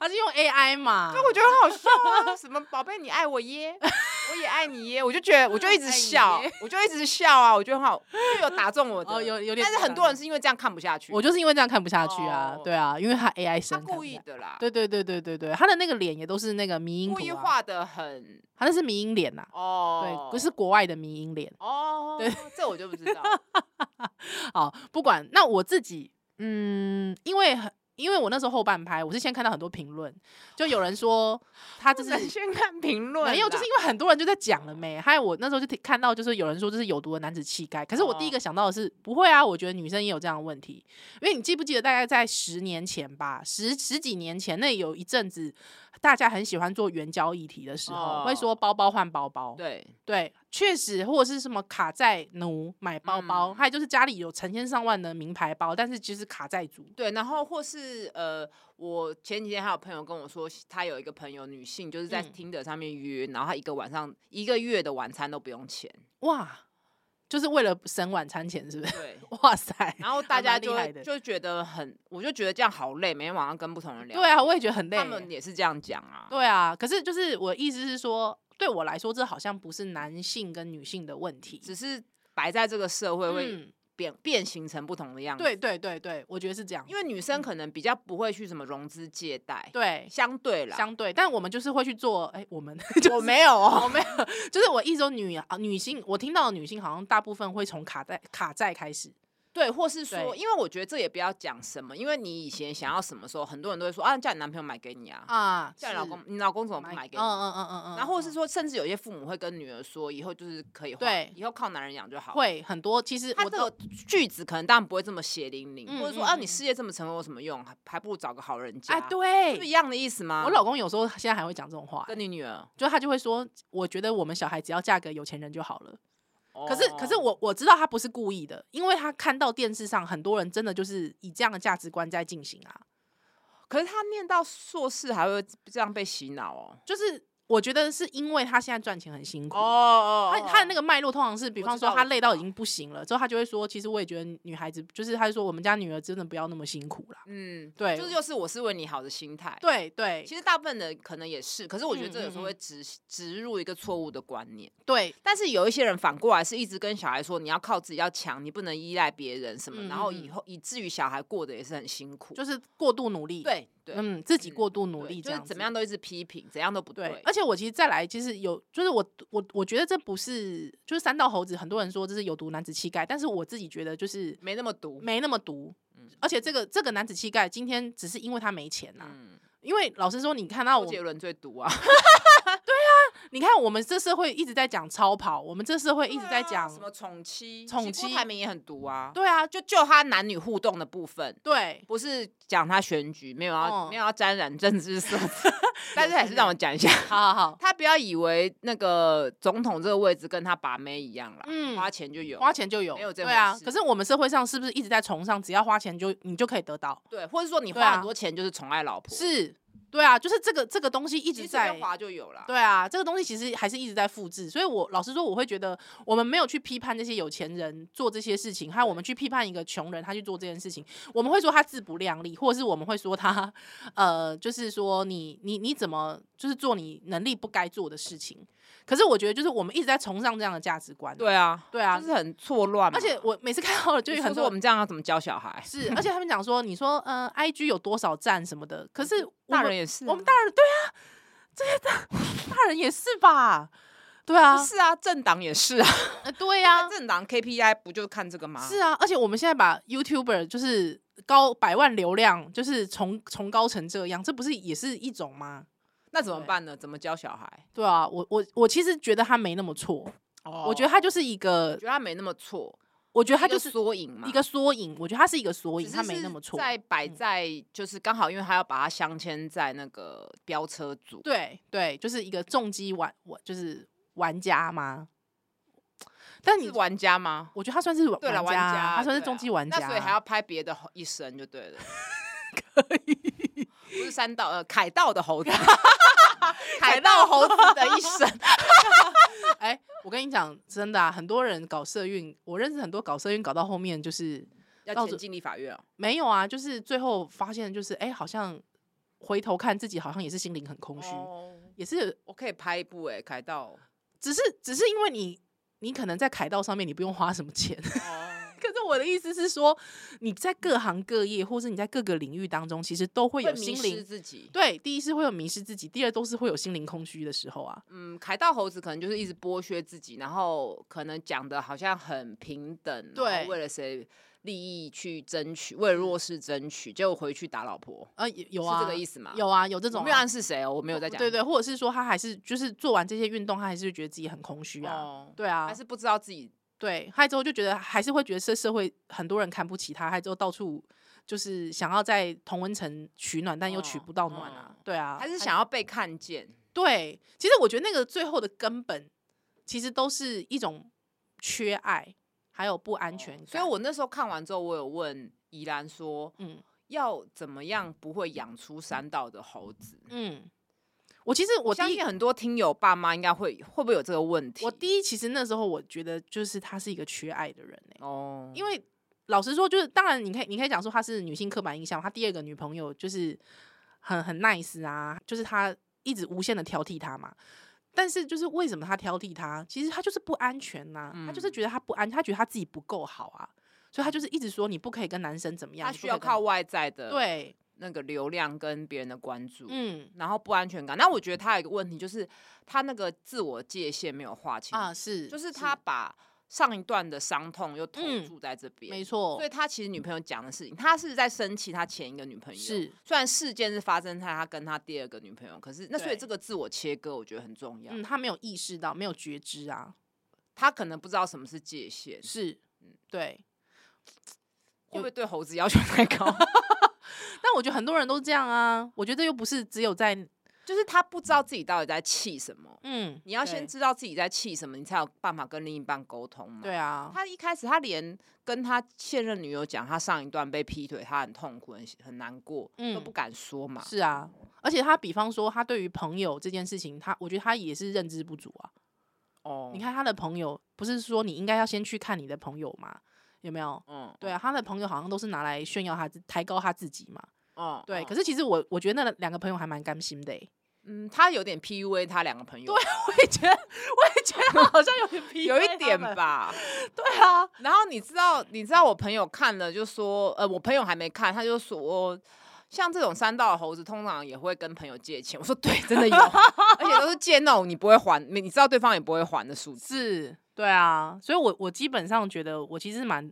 [SPEAKER 1] 他是用 AI 嘛？
[SPEAKER 2] 我觉得很好笑啊！什么宝贝，你爱我耶，我也爱你耶，我就觉得我就一直
[SPEAKER 1] 爱你
[SPEAKER 2] 笑
[SPEAKER 1] 耶，
[SPEAKER 2] 我就一直笑啊，我觉得很好，就有打中我的。
[SPEAKER 1] 哦有有点
[SPEAKER 2] 但是很多人是因为这样看不下去，
[SPEAKER 1] 我就是因为这样看不下去啊
[SPEAKER 2] 哦，
[SPEAKER 1] 对啊，因为他 AI
[SPEAKER 2] 他
[SPEAKER 1] 生看
[SPEAKER 2] 故
[SPEAKER 1] 不
[SPEAKER 2] 意
[SPEAKER 1] 下
[SPEAKER 2] 的啦，
[SPEAKER 1] 对对对对对对，他的那个脸也都是那个迷因
[SPEAKER 2] 故
[SPEAKER 1] 图
[SPEAKER 2] 意
[SPEAKER 1] 啊，
[SPEAKER 2] 画的很
[SPEAKER 1] 他那是迷因脸呐、
[SPEAKER 2] 哦，
[SPEAKER 1] 对，不是国外的迷因脸。
[SPEAKER 2] 哦，
[SPEAKER 1] 对，
[SPEAKER 2] 这我就不知道。
[SPEAKER 1] 好，不管那我自己，嗯，因为很。因为我那时候后半拍，我是先看到很多评论，就有人说他 就
[SPEAKER 2] 不
[SPEAKER 1] 是
[SPEAKER 2] 能先看评论啦，
[SPEAKER 1] 没有，就是因为很多人就在讲了没。还有我那时候就听看到，就是有人说这是有毒的男子气概。可是
[SPEAKER 2] 哦
[SPEAKER 1] 我第一个想到的是，不会啊，我觉得女生也有这样的问题。因为你记不记得，大概在十年前吧，十十几年前，那有一阵子大家很喜欢做援交议题的时候，
[SPEAKER 2] 哦
[SPEAKER 1] 会说包包换包包，
[SPEAKER 2] 对
[SPEAKER 1] 对，确实或者是什么卡债奴买包包，
[SPEAKER 2] 嗯
[SPEAKER 1] 还有就是家里有成千上万的名牌包，但是其实卡债族。
[SPEAKER 2] 对，然后或是呃，我前几天还有朋友跟我说，他有一个朋友女性，就是在
[SPEAKER 1] 嗯
[SPEAKER 2] 听的上面约，然后她一个晚上一个月的晚餐都不用钱，
[SPEAKER 1] 哇，就是为了省晚餐钱，是不 是？
[SPEAKER 2] 对。
[SPEAKER 1] 哇塞！
[SPEAKER 2] 然后大
[SPEAKER 1] 还
[SPEAKER 2] 家
[SPEAKER 1] 蛮厉
[SPEAKER 2] 就
[SPEAKER 1] 害
[SPEAKER 2] 会
[SPEAKER 1] 的
[SPEAKER 2] 就觉得很，我就觉得这样好累，每天晚上跟不同人聊。
[SPEAKER 1] 对，啊，我也觉得很累
[SPEAKER 2] 他
[SPEAKER 1] 耶。
[SPEAKER 2] 们也是这样讲啊。
[SPEAKER 1] 对啊，可是就是我意思是说，对我来说，这好像不是男性跟女性的问题。
[SPEAKER 2] 只是摆在这个社会会
[SPEAKER 1] 嗯，
[SPEAKER 2] 变、变形成不同的样子。，
[SPEAKER 1] 对对对对，我觉得是这样。
[SPEAKER 2] 因为女生可能比较不会去什么融资借贷，
[SPEAKER 1] 对
[SPEAKER 2] 相对啦，
[SPEAKER 1] 相对，但我们就是会去做，哎、我们 就
[SPEAKER 2] 我
[SPEAKER 1] 是
[SPEAKER 2] 没有哦，
[SPEAKER 1] 我没有，就是我一说女啊女性，我听到的女性好像大部分会从卡债卡债开始。
[SPEAKER 2] 对，或是说，
[SPEAKER 1] 对
[SPEAKER 2] 因为我觉得这也不要讲什么，因为你以前想要什么时候，很多人都会说啊，叫你男朋友买给你啊，
[SPEAKER 1] 啊，
[SPEAKER 2] 叫你
[SPEAKER 1] 是
[SPEAKER 2] 老公，你老公怎么不买给
[SPEAKER 1] 嗯
[SPEAKER 2] 你？
[SPEAKER 1] 嗯嗯嗯嗯，
[SPEAKER 2] 然后或是
[SPEAKER 1] 嗯
[SPEAKER 2] 说，甚至有些父母会跟女儿说，以后就是可以花
[SPEAKER 1] 对
[SPEAKER 2] 以后靠男人养就好了。
[SPEAKER 1] 会很多，其实
[SPEAKER 2] 他
[SPEAKER 1] 我
[SPEAKER 2] 这
[SPEAKER 1] 都
[SPEAKER 2] 个句子可能当然不会这么血淋淋，
[SPEAKER 1] 嗯
[SPEAKER 2] 或者说
[SPEAKER 1] 嗯
[SPEAKER 2] 啊，
[SPEAKER 1] 嗯
[SPEAKER 2] 你事业这么成功有什么用？还还不如找个好人家，
[SPEAKER 1] 哎，
[SPEAKER 2] 是不是
[SPEAKER 1] 对
[SPEAKER 2] 一，样的意思吗？
[SPEAKER 1] 我老公有时候现在还会讲这种话、
[SPEAKER 2] 跟你女儿，
[SPEAKER 1] 就他就会说，我觉得我们小孩只要嫁给有钱人就好了。可是，可是
[SPEAKER 2] 哦
[SPEAKER 1] 我我知道他不是故意的，因为他看到电视上很多人真的就是以这样的价值观在进行啊，
[SPEAKER 2] 可是他念到硕士还会这样被洗脑哦，
[SPEAKER 1] 就是。我觉得是因为他现在赚钱很辛苦。
[SPEAKER 2] 哦哦
[SPEAKER 1] 他他的那个脉络通常是，比
[SPEAKER 2] 我
[SPEAKER 1] 方
[SPEAKER 2] 知
[SPEAKER 1] 说
[SPEAKER 2] 道
[SPEAKER 1] 他
[SPEAKER 2] 我知
[SPEAKER 1] 累到已
[SPEAKER 2] 道
[SPEAKER 1] 经不行了，之后他就会说，其实我也觉得女孩子就是，他就说我们家女儿真的不要那么辛苦啦。
[SPEAKER 2] 嗯，
[SPEAKER 1] 对
[SPEAKER 2] 就是就是我是为你好的心态。
[SPEAKER 1] 对对
[SPEAKER 2] 其实大部分的可能也是，可是我觉得这有时
[SPEAKER 1] 嗯嗯
[SPEAKER 2] 候
[SPEAKER 1] 嗯
[SPEAKER 2] 会植植入一个错误的观念。
[SPEAKER 1] 对，
[SPEAKER 2] 但是有一些人反过来是一直跟小孩说你要靠自己要强，你不能依赖别人什么，
[SPEAKER 1] 嗯
[SPEAKER 2] 然后
[SPEAKER 1] 嗯
[SPEAKER 2] 以后以至于小孩过得也是很辛苦。
[SPEAKER 1] 就是过度努力。，
[SPEAKER 2] 对对，
[SPEAKER 1] 嗯，自己
[SPEAKER 2] 嗯
[SPEAKER 1] 过度努
[SPEAKER 2] 对
[SPEAKER 1] 力这
[SPEAKER 2] 就是
[SPEAKER 1] 样
[SPEAKER 2] 怎
[SPEAKER 1] 子
[SPEAKER 2] 么样都一直批评，怎样都不
[SPEAKER 1] 对
[SPEAKER 2] 对，。
[SPEAKER 1] 而且我其实再来，其实有，就是我我我觉得这不是，就是三道猴子，很多人说这是有毒男子气概，但是我自己觉得就是
[SPEAKER 2] 没那么毒。
[SPEAKER 1] 没那么毒。
[SPEAKER 2] 嗯
[SPEAKER 1] 而且这个这个男子气概，今天只是因为他没钱啦、
[SPEAKER 2] 嗯，
[SPEAKER 1] 因为老实说，你看到我，
[SPEAKER 2] 周杰伦最毒啊，
[SPEAKER 1] 你看我们这社会一直在讲超跑，我们这社会一直在讲
[SPEAKER 2] 啊什，么宠妻，
[SPEAKER 1] 宠
[SPEAKER 2] 其实
[SPEAKER 1] 妻
[SPEAKER 2] 郭台铭也很毒啊。
[SPEAKER 1] 对啊，
[SPEAKER 2] 就就他男女互动的部分，
[SPEAKER 1] 对，
[SPEAKER 2] 不是讲他选举，没有要、
[SPEAKER 1] 嗯
[SPEAKER 2] 没有要沾染政治 色彩，但是还是让我讲一下，
[SPEAKER 1] 好好好，
[SPEAKER 2] 他不要以为那个总统这个位置跟他把妹一样啦，
[SPEAKER 1] 嗯
[SPEAKER 2] 花钱就有，
[SPEAKER 1] 花钱就有，
[SPEAKER 2] 没有这
[SPEAKER 1] 对啊
[SPEAKER 2] 回。事
[SPEAKER 1] 可是我们社会上是不是一直在崇尚，只要花钱就你就可以得到？
[SPEAKER 2] 对，或者说你
[SPEAKER 1] 对啊
[SPEAKER 2] 花很多钱就是宠爱老婆，
[SPEAKER 1] 是，对啊，就是这个这个东西一
[SPEAKER 2] 其
[SPEAKER 1] 直
[SPEAKER 2] 实
[SPEAKER 1] 在
[SPEAKER 2] 在。花就有啦。
[SPEAKER 1] 对啊，这个东西其实还是一直在复制，所以我老实说，我会觉得我们没有去批判这些有钱人做这些事情，还有我们去批判一个穷人他去做这件事情，我们会说他自不量力，或者是我们会说他呃，就是说你你你怎么就是做你能力不该做的事情。可是我觉得就是我们一直在崇尚这样的价值观啊，
[SPEAKER 2] 对啊，
[SPEAKER 1] 对啊
[SPEAKER 2] 就，是很错乱嘛。
[SPEAKER 1] 而且我每次看到了就
[SPEAKER 2] 就
[SPEAKER 1] 有
[SPEAKER 2] 很
[SPEAKER 1] 很
[SPEAKER 2] 多
[SPEAKER 1] 多
[SPEAKER 2] 我们这样要怎么教小孩？
[SPEAKER 1] 是， 而且他们讲说，你说呃，IG 有多少赞什么的，可是我
[SPEAKER 2] 大
[SPEAKER 1] 们
[SPEAKER 2] 人也是啊，
[SPEAKER 1] 我们大人对啊，这些大大人也是吧？对啊
[SPEAKER 2] 不，是啊，政党也是啊，
[SPEAKER 1] 呃对呀、
[SPEAKER 2] 政党 KPI 不就看这个吗？
[SPEAKER 1] 是啊，而且我们现在把 YouTuber 就是高百万流量，就是崇崇高成这样，这不是也是一种吗？
[SPEAKER 2] 那怎么
[SPEAKER 1] 对
[SPEAKER 2] 办呢？怎么教小孩？
[SPEAKER 1] 对啊，我我我其实觉得他没那么错，
[SPEAKER 2] 哦
[SPEAKER 1] 我觉得他就是一个
[SPEAKER 2] 我，觉得他没那么错，
[SPEAKER 1] 我觉得他
[SPEAKER 2] 他
[SPEAKER 1] 就
[SPEAKER 2] 就是缩影嘛，
[SPEAKER 1] 一个缩影，我觉得他是一个缩
[SPEAKER 2] 只
[SPEAKER 1] 影，
[SPEAKER 2] 是
[SPEAKER 1] 他没
[SPEAKER 2] 是
[SPEAKER 1] 那么错，
[SPEAKER 2] 在摆
[SPEAKER 1] 嗯
[SPEAKER 2] 在就是刚好，因为他要把它镶嵌在那个飙车组，
[SPEAKER 1] 对对，就是一个重击玩玩就是玩家吗？但你
[SPEAKER 2] 是玩家吗？
[SPEAKER 1] 我觉得他算是玩
[SPEAKER 2] 对了，玩
[SPEAKER 1] 家啊，
[SPEAKER 2] 家，
[SPEAKER 1] 他算是
[SPEAKER 2] 对啊
[SPEAKER 1] 中继玩家啊，
[SPEAKER 2] 那所以还要拍别的猴一生 就对了。可以，不是山道呃凯道 的猴子，凯道猴子的一生，
[SPEAKER 1] 哎，我跟你讲，真的、啊，很多人搞社运，我认识很多搞社运搞到后面就是
[SPEAKER 2] 要前进立法院哦。
[SPEAKER 1] 没有啊，就是最后发现就是哎，好像回头看自己好像也是心灵很空虚，哦
[SPEAKER 2] 哦
[SPEAKER 1] 也是
[SPEAKER 2] 我可以拍一部哎，凯道。
[SPEAKER 1] 只是只是因为你你可能在凯道上面你不用花什么钱，
[SPEAKER 2] 哦，
[SPEAKER 1] 可是我的意思是说你在各行各业或是你在各个领域当中，其实都会 有
[SPEAKER 2] 迷
[SPEAKER 1] 心
[SPEAKER 2] 失
[SPEAKER 1] 灵。
[SPEAKER 2] 自己。
[SPEAKER 1] 对，第一是会有迷失自己，第二都是会有心灵空虚的时候啊。
[SPEAKER 2] 嗯，凯道猴子可能就是一直剥削自己，然后可能讲的好像很平等，然后
[SPEAKER 1] 对
[SPEAKER 2] 为了谁利益去争取，为了弱势争取，结果回去打老婆，
[SPEAKER 1] 呃，有有啊，
[SPEAKER 2] 是这个意思吗？
[SPEAKER 1] 有啊，有这
[SPEAKER 2] 我
[SPEAKER 1] 种
[SPEAKER 2] 没有
[SPEAKER 1] 啊、
[SPEAKER 2] 暗示谁哦，我没有在讲，
[SPEAKER 1] 对对，或者是说他还是就是做完这些运动，他还是觉得自己很空虚啊。
[SPEAKER 2] 哦，
[SPEAKER 1] 对啊，
[SPEAKER 2] 还是不知道自己
[SPEAKER 1] 对，害之后就觉得还是会觉得这社会很多人看不起他，害之后到处就是想要在同温层取暖，但又取
[SPEAKER 2] 哦
[SPEAKER 1] 不到暖啊。
[SPEAKER 2] 哦
[SPEAKER 1] 对啊，
[SPEAKER 2] 还是想要被看见，
[SPEAKER 1] 对。其实我觉得那个最后的根本，其实都是一种缺爱，还有不安全感。
[SPEAKER 2] 哦所以我那时候看完之后，我有问宜兰说，
[SPEAKER 1] 嗯
[SPEAKER 2] 要怎么样不会养出山道的猴子？
[SPEAKER 1] 嗯，我其实我
[SPEAKER 2] 我
[SPEAKER 1] 第
[SPEAKER 2] 相
[SPEAKER 1] 一
[SPEAKER 2] 信很多听友爸妈应该会会不会有这个问题？
[SPEAKER 1] 我第一其实那时候我觉得就是他是一个缺爱的人欸
[SPEAKER 2] 哦，
[SPEAKER 1] 因为老实说，就是当然你可以你可以讲说她是女性刻板印象，她第二个女朋友就是很很 nice 啊，就是她一直无限的挑剔他嘛。但是就是为什么她挑剔他？其实她就是不安全呐、她就是
[SPEAKER 2] 嗯
[SPEAKER 1] 觉得她不安，她觉得她自己不够好啊，所以她就是一直说你不可以跟男生怎么样，
[SPEAKER 2] 他
[SPEAKER 1] 你不
[SPEAKER 2] 需
[SPEAKER 1] 可
[SPEAKER 2] 要
[SPEAKER 1] 以跟
[SPEAKER 2] 靠外在的
[SPEAKER 1] 对，
[SPEAKER 2] 那个流量跟别人的关注，
[SPEAKER 1] 嗯
[SPEAKER 2] 然后不安全感。那我觉得他有一个问题，就是他那个自我界限没有划清楚，
[SPEAKER 1] 啊是，
[SPEAKER 2] 就是他把上一段的伤痛又投
[SPEAKER 1] 嗯
[SPEAKER 2] 注在这边，
[SPEAKER 1] 没错
[SPEAKER 2] 所以，他其实女朋友讲的事情，他是在生气他前一个女朋友。
[SPEAKER 1] 是，
[SPEAKER 2] 虽然事件是发生在他跟他第二个女朋友，可是那所以
[SPEAKER 1] 对
[SPEAKER 2] 这个自我切割，我觉得很重要。
[SPEAKER 1] 嗯，她没有意识到，没有觉知啊，
[SPEAKER 2] 他可能不知道什么是界限，
[SPEAKER 1] 是，对。
[SPEAKER 2] 会不会对猴子要求太 高？
[SPEAKER 1] 但我觉得很多人都这样啊，我觉得又不是只有在
[SPEAKER 2] 就是他不知道自己到底在气什么。
[SPEAKER 1] 嗯，
[SPEAKER 2] 你要先
[SPEAKER 1] 对
[SPEAKER 2] 知道自己在气什么，你才有办法跟另一半沟通嘛。
[SPEAKER 1] 对啊，
[SPEAKER 2] 他一开始他连跟他现任女友讲他上一段被劈腿，他很痛苦、很很难过，都
[SPEAKER 1] 嗯
[SPEAKER 2] 不敢说嘛。
[SPEAKER 1] 是啊，而且他比方说，他对于朋友这件事情，他我觉得他也是认知不足啊。
[SPEAKER 2] 哦，
[SPEAKER 1] 你，看他的朋友，不是说你应该要先去看你的朋友吗？有没有？
[SPEAKER 2] 嗯，
[SPEAKER 1] 对啊，他的朋友好像都是拿来炫耀他自、抬高他自己嘛。
[SPEAKER 2] 哦，
[SPEAKER 1] 对，可
[SPEAKER 2] 是，
[SPEAKER 1] 是其实我我觉得那两个朋友还蛮甘心的、欸，
[SPEAKER 2] 嗯，他有点 PUA 他两个朋友，
[SPEAKER 1] 我也觉得，我也觉得好像有点疲
[SPEAKER 2] 有一点吧。
[SPEAKER 1] 对啊，
[SPEAKER 2] 然后你知道，你知道我朋友看了就说，呃，我朋友还没看，他就说。像这种山道的猴子，通常也会跟朋友借钱。我说对，真的有，而且都是借那种你不会还，你你知道对方也不会还的数字。
[SPEAKER 1] 是，对啊，所以我我基本上觉得我其实蛮，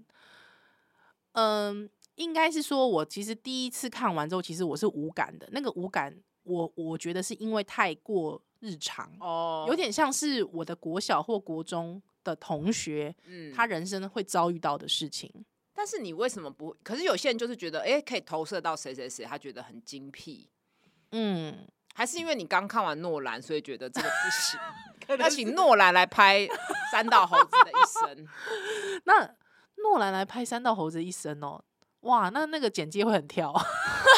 [SPEAKER 1] 嗯、应该是说我其实第一次看完之后，其实我是无感的，那个无感，我我觉得是因为太过日常，
[SPEAKER 2] 哦
[SPEAKER 1] 有，点像是我的国小或国中的同学，
[SPEAKER 2] 嗯
[SPEAKER 1] 他人生会遭遇到的事情。
[SPEAKER 2] 但是你为什么不？可是有些人就是觉得，哎、可以投射到谁谁谁，他觉得很精辟，
[SPEAKER 1] 嗯，
[SPEAKER 2] 还是因为你刚看完诺兰，所以觉得这个不 行，要请诺兰来拍三道猴子的一生。
[SPEAKER 1] 那诺兰来拍《三道猴子一生》哦，哇，那那个简介会很跳。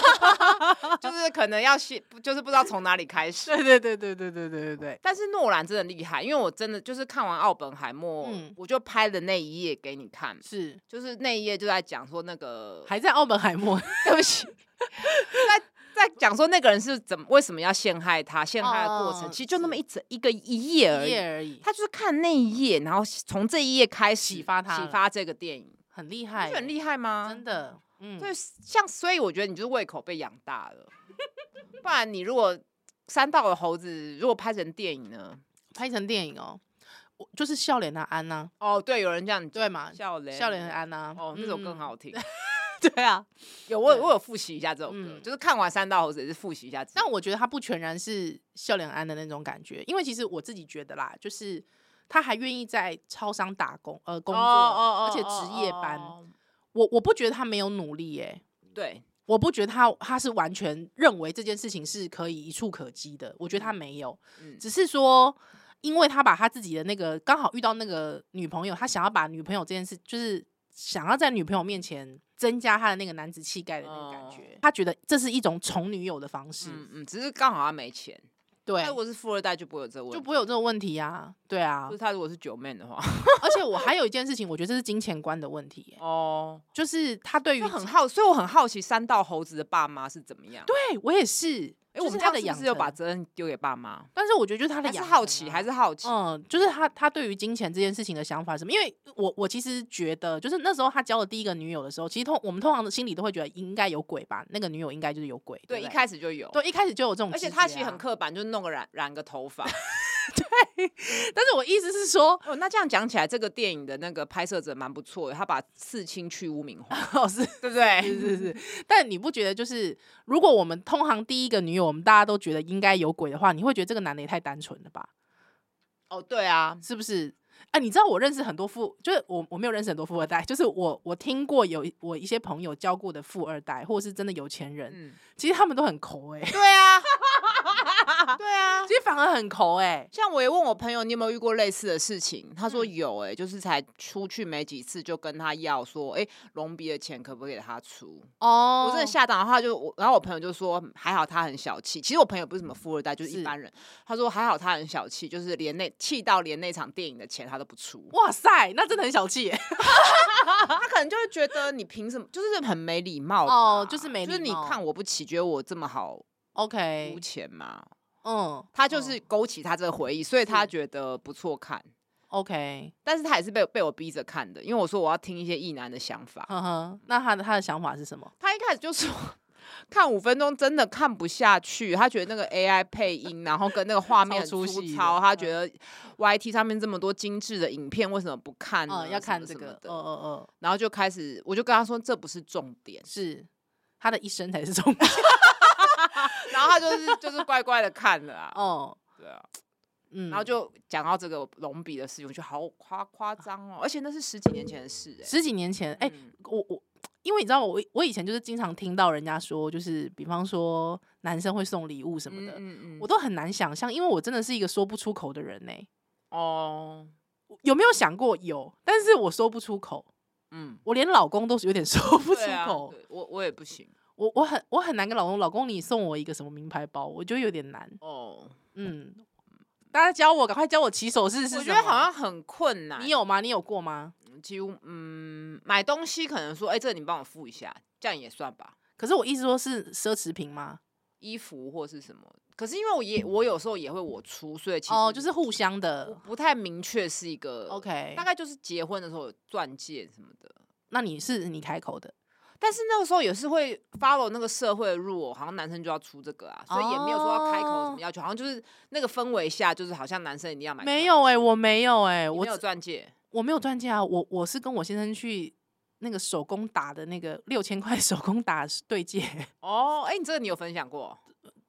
[SPEAKER 2] 就是可能要先，不就是不知道从哪里开始。
[SPEAKER 1] 对对对对对对对对，
[SPEAKER 2] 但是诺兰真的厉害，因为我真的就是看完《奥本海默》
[SPEAKER 1] 嗯
[SPEAKER 2] 我就拍了那一页给你看，
[SPEAKER 1] 是
[SPEAKER 2] 就是那一页就在讲说那个，
[SPEAKER 1] 还在澳门海默。
[SPEAKER 2] 对不起，在在讲说那个人是怎么为什么要陷害他，陷害的过程，
[SPEAKER 1] 哦
[SPEAKER 2] 其实就那么一整一个一页而
[SPEAKER 1] 一
[SPEAKER 2] 已。
[SPEAKER 1] 页而已，
[SPEAKER 2] 他就是看那一页，然后从这一页开始
[SPEAKER 1] 启发他
[SPEAKER 2] 启
[SPEAKER 1] 了
[SPEAKER 2] 发这个电影，
[SPEAKER 1] 很厉
[SPEAKER 2] 不
[SPEAKER 1] 害
[SPEAKER 2] 是
[SPEAKER 1] 耶，
[SPEAKER 2] 很厉害吗？
[SPEAKER 1] 真的，嗯，
[SPEAKER 2] 对，像所以我觉得你就是胃口被养大 了，不然你如果三道的猴子如果拍成电影呢？
[SPEAKER 1] 拍成电影哦，我就是笑脸的安呐、
[SPEAKER 2] 哦，对，有人这样
[SPEAKER 1] 对嘛，
[SPEAKER 2] 笑脸
[SPEAKER 1] 笑脸的安呐、
[SPEAKER 2] 哦，那首更
[SPEAKER 1] 嗯，
[SPEAKER 2] 好听。
[SPEAKER 1] 对啊，
[SPEAKER 2] 有我有
[SPEAKER 1] 对
[SPEAKER 2] 我有复习一下这首歌，
[SPEAKER 1] 嗯
[SPEAKER 2] 就是看完三道猴子也是复习一下自己。
[SPEAKER 1] 但我觉得他不全然是笑脸安的那种感觉，因为其实我自己觉得啦，就是他还愿意在超商打工，呃，工作，而且值夜班，
[SPEAKER 2] 哦
[SPEAKER 1] 我我不觉得他没有努力耶、
[SPEAKER 2] 对，
[SPEAKER 1] 我不觉得他他是完全认为这件事情是可以一触可及的，我觉得他没有，
[SPEAKER 2] 嗯
[SPEAKER 1] 只是说，因为他把他自己的那个刚好遇到那个女朋友，他想要把女朋友这件事，就是想要在女朋友面前增加他的那个男子气概的那个感觉，他觉得这是一种宠女友的方式，
[SPEAKER 2] 哦嗯嗯，只是刚好他没钱，
[SPEAKER 1] 对
[SPEAKER 2] 他如，果是富二代就不会有这个问
[SPEAKER 1] 就
[SPEAKER 2] 题。
[SPEAKER 1] 不会有这种问题啊，对啊
[SPEAKER 2] 就是，他如果是九妹的 话，
[SPEAKER 1] 而且我还有一件事情，我觉得这是金钱观的问题耶、
[SPEAKER 2] 哦，
[SPEAKER 1] 就是他对于
[SPEAKER 2] 就很好，所以我很好奇三道猴子的爸妈是怎么样。
[SPEAKER 1] 对我也是，
[SPEAKER 2] 哎、
[SPEAKER 1] 就
[SPEAKER 2] 我
[SPEAKER 1] 是
[SPEAKER 2] 们
[SPEAKER 1] 他
[SPEAKER 2] 家
[SPEAKER 1] 的
[SPEAKER 2] 是
[SPEAKER 1] 养
[SPEAKER 2] 不是有
[SPEAKER 1] 成
[SPEAKER 2] 把责任丢给爸妈？
[SPEAKER 1] 但是我觉得就是他的
[SPEAKER 2] 还
[SPEAKER 1] 养成
[SPEAKER 2] 是好奇，
[SPEAKER 1] 啊
[SPEAKER 2] 还是好奇？
[SPEAKER 1] 嗯，就是他他对于金钱这件事情的想法是什么？因为我我其实觉得，就是那时候他交了第一个女友的时候，其实通我们通常的心里都会觉得应该有鬼吧，那个女友应该就是有鬼，
[SPEAKER 2] 对，
[SPEAKER 1] 不
[SPEAKER 2] 一开始就有，
[SPEAKER 1] 对一开始就有这种
[SPEAKER 2] 而
[SPEAKER 1] 直觉啊、
[SPEAKER 2] 且他其实很刻板，就是弄个染染个头发。
[SPEAKER 1] 但是我意思是说，
[SPEAKER 2] 哦，那这样讲起来，这个电影的那个拍摄者蛮不错的，他把刺青去污 名化，
[SPEAKER 1] 老师
[SPEAKER 2] 对不对？
[SPEAKER 1] 是是是，但你不觉得就是，如果我们通常第一个女友，我们大家都觉得应该有鬼的话，你会觉得这个男的也太单纯了吧？
[SPEAKER 2] 哦，对啊，
[SPEAKER 1] 是不是？哎、你知道我认识很多富，就是我我没有认识很多富二代，就是我我听过有一我一些朋友交过的富二代，或者是真的有钱人，
[SPEAKER 2] 嗯，
[SPEAKER 1] 其实他们都很抠哎、
[SPEAKER 2] 对啊，对 啊。
[SPEAKER 1] 其实反而很抠哎、
[SPEAKER 2] 像我也问我朋友，你有没有遇过类似的事情？他说
[SPEAKER 1] 嗯
[SPEAKER 2] 有、欸，哎，就是才出去没几次，就跟他要说，哎、隆鼻的钱可不可以给他出？
[SPEAKER 1] 哦
[SPEAKER 2] 我真的吓到，然后他就我，然后我朋友就说还好他很小气。其实我朋友不是什么富二代，就是
[SPEAKER 1] 是
[SPEAKER 2] 一般人。他说还好他很小气，就是连那气到连那场电影的钱他都不出。
[SPEAKER 1] 哇塞，那真的很小气耶、欸
[SPEAKER 2] 他可能就会觉得你凭什么，就是很没礼貌吧
[SPEAKER 1] 哦就是没
[SPEAKER 2] 就是
[SPEAKER 1] 礼
[SPEAKER 2] 你
[SPEAKER 1] 貌
[SPEAKER 2] 看我不起，觉得我这么好
[SPEAKER 1] OK，
[SPEAKER 2] 肤浅嘛。
[SPEAKER 1] 嗯，
[SPEAKER 2] 他就
[SPEAKER 1] 嗯
[SPEAKER 2] 是勾起他这个回忆，所以他
[SPEAKER 1] 是
[SPEAKER 2] 觉得不错看。
[SPEAKER 1] OK，
[SPEAKER 2] 但是他也是被被我逼着看的，因为我说我要听一些异男的想法。
[SPEAKER 1] 呵呵，那他的他的想法是什么？
[SPEAKER 2] 他一开始就说看五分钟真的看不下去，他觉得那 个 AI 配音，然后跟那个画面
[SPEAKER 1] 超嗯
[SPEAKER 2] 很粗
[SPEAKER 1] 出戏的
[SPEAKER 2] 糙，他觉得 YT 上面这么多精致的影片，为什么不看呢？
[SPEAKER 1] 嗯，要
[SPEAKER 2] 什
[SPEAKER 1] 看
[SPEAKER 2] 么
[SPEAKER 1] 这
[SPEAKER 2] 什么
[SPEAKER 1] 个，
[SPEAKER 2] 的
[SPEAKER 1] 嗯嗯嗯，
[SPEAKER 2] 然后就开始，我就跟他说这不是重点，
[SPEAKER 1] 是他的一生才是 重点
[SPEAKER 2] 然后他就是就是乖乖的看了啊，
[SPEAKER 1] 哦，
[SPEAKER 2] 对啊，
[SPEAKER 1] 嗯，
[SPEAKER 2] 然后就讲到这个隆鼻的事情，我觉得好夸夸张哦，而且那是十几年前的事哎、
[SPEAKER 1] 十几年前，哎、
[SPEAKER 2] 嗯
[SPEAKER 1] 我我。因为你知道我我以前就是经常听到人家说，就是比方说男生会送礼物什么的，
[SPEAKER 2] 嗯
[SPEAKER 1] 我都很难想象，因为我真的是一个说不出口的人呢、
[SPEAKER 2] 哦，
[SPEAKER 1] 有没有想过有？但是我说不出口，
[SPEAKER 2] 嗯，
[SPEAKER 1] 我连老公都是有点说不出
[SPEAKER 2] 对啊
[SPEAKER 1] 口。
[SPEAKER 2] 对我我也不行，
[SPEAKER 1] 我我很我很难跟老公，老公你送我一个什么名牌包，我觉得有点难。
[SPEAKER 2] 哦，
[SPEAKER 1] 嗯，大家教我，赶快教我起手式是
[SPEAKER 2] 我
[SPEAKER 1] 什
[SPEAKER 2] 觉
[SPEAKER 1] 么？
[SPEAKER 2] 得好像很困难。
[SPEAKER 1] 你有吗？你有过吗？
[SPEAKER 2] 几乎嗯，买东西可能说，哎、这个你帮我付一下，这样也算吧。
[SPEAKER 1] 可是我意思说是奢侈品吗？
[SPEAKER 2] 衣服或是什么，可是因为我也我有时候也会我出，所以其实
[SPEAKER 1] 哦，就是互相
[SPEAKER 2] 我
[SPEAKER 1] 的。
[SPEAKER 2] 不太明确是一个
[SPEAKER 1] OK，
[SPEAKER 2] 大概就是结婚的时候有钻戒什么的。
[SPEAKER 1] 那你是你开口的，
[SPEAKER 2] 但是那个时候也是会 follow 那个社会的 rule，好像男生就要出这个啊，所以也没有说要开口什
[SPEAKER 1] 哦
[SPEAKER 2] 么要求，好像就是那个氛围下，就是好像男生一定要买钻戒。
[SPEAKER 1] 没有哎、我没有哎、
[SPEAKER 2] 你
[SPEAKER 1] 我
[SPEAKER 2] 没有钻戒，
[SPEAKER 1] 我没有赚钱啊，我我是跟我先生去那个手工打的那个六千块手工打对戒，
[SPEAKER 2] 哦，哎、你这个你有分享过？好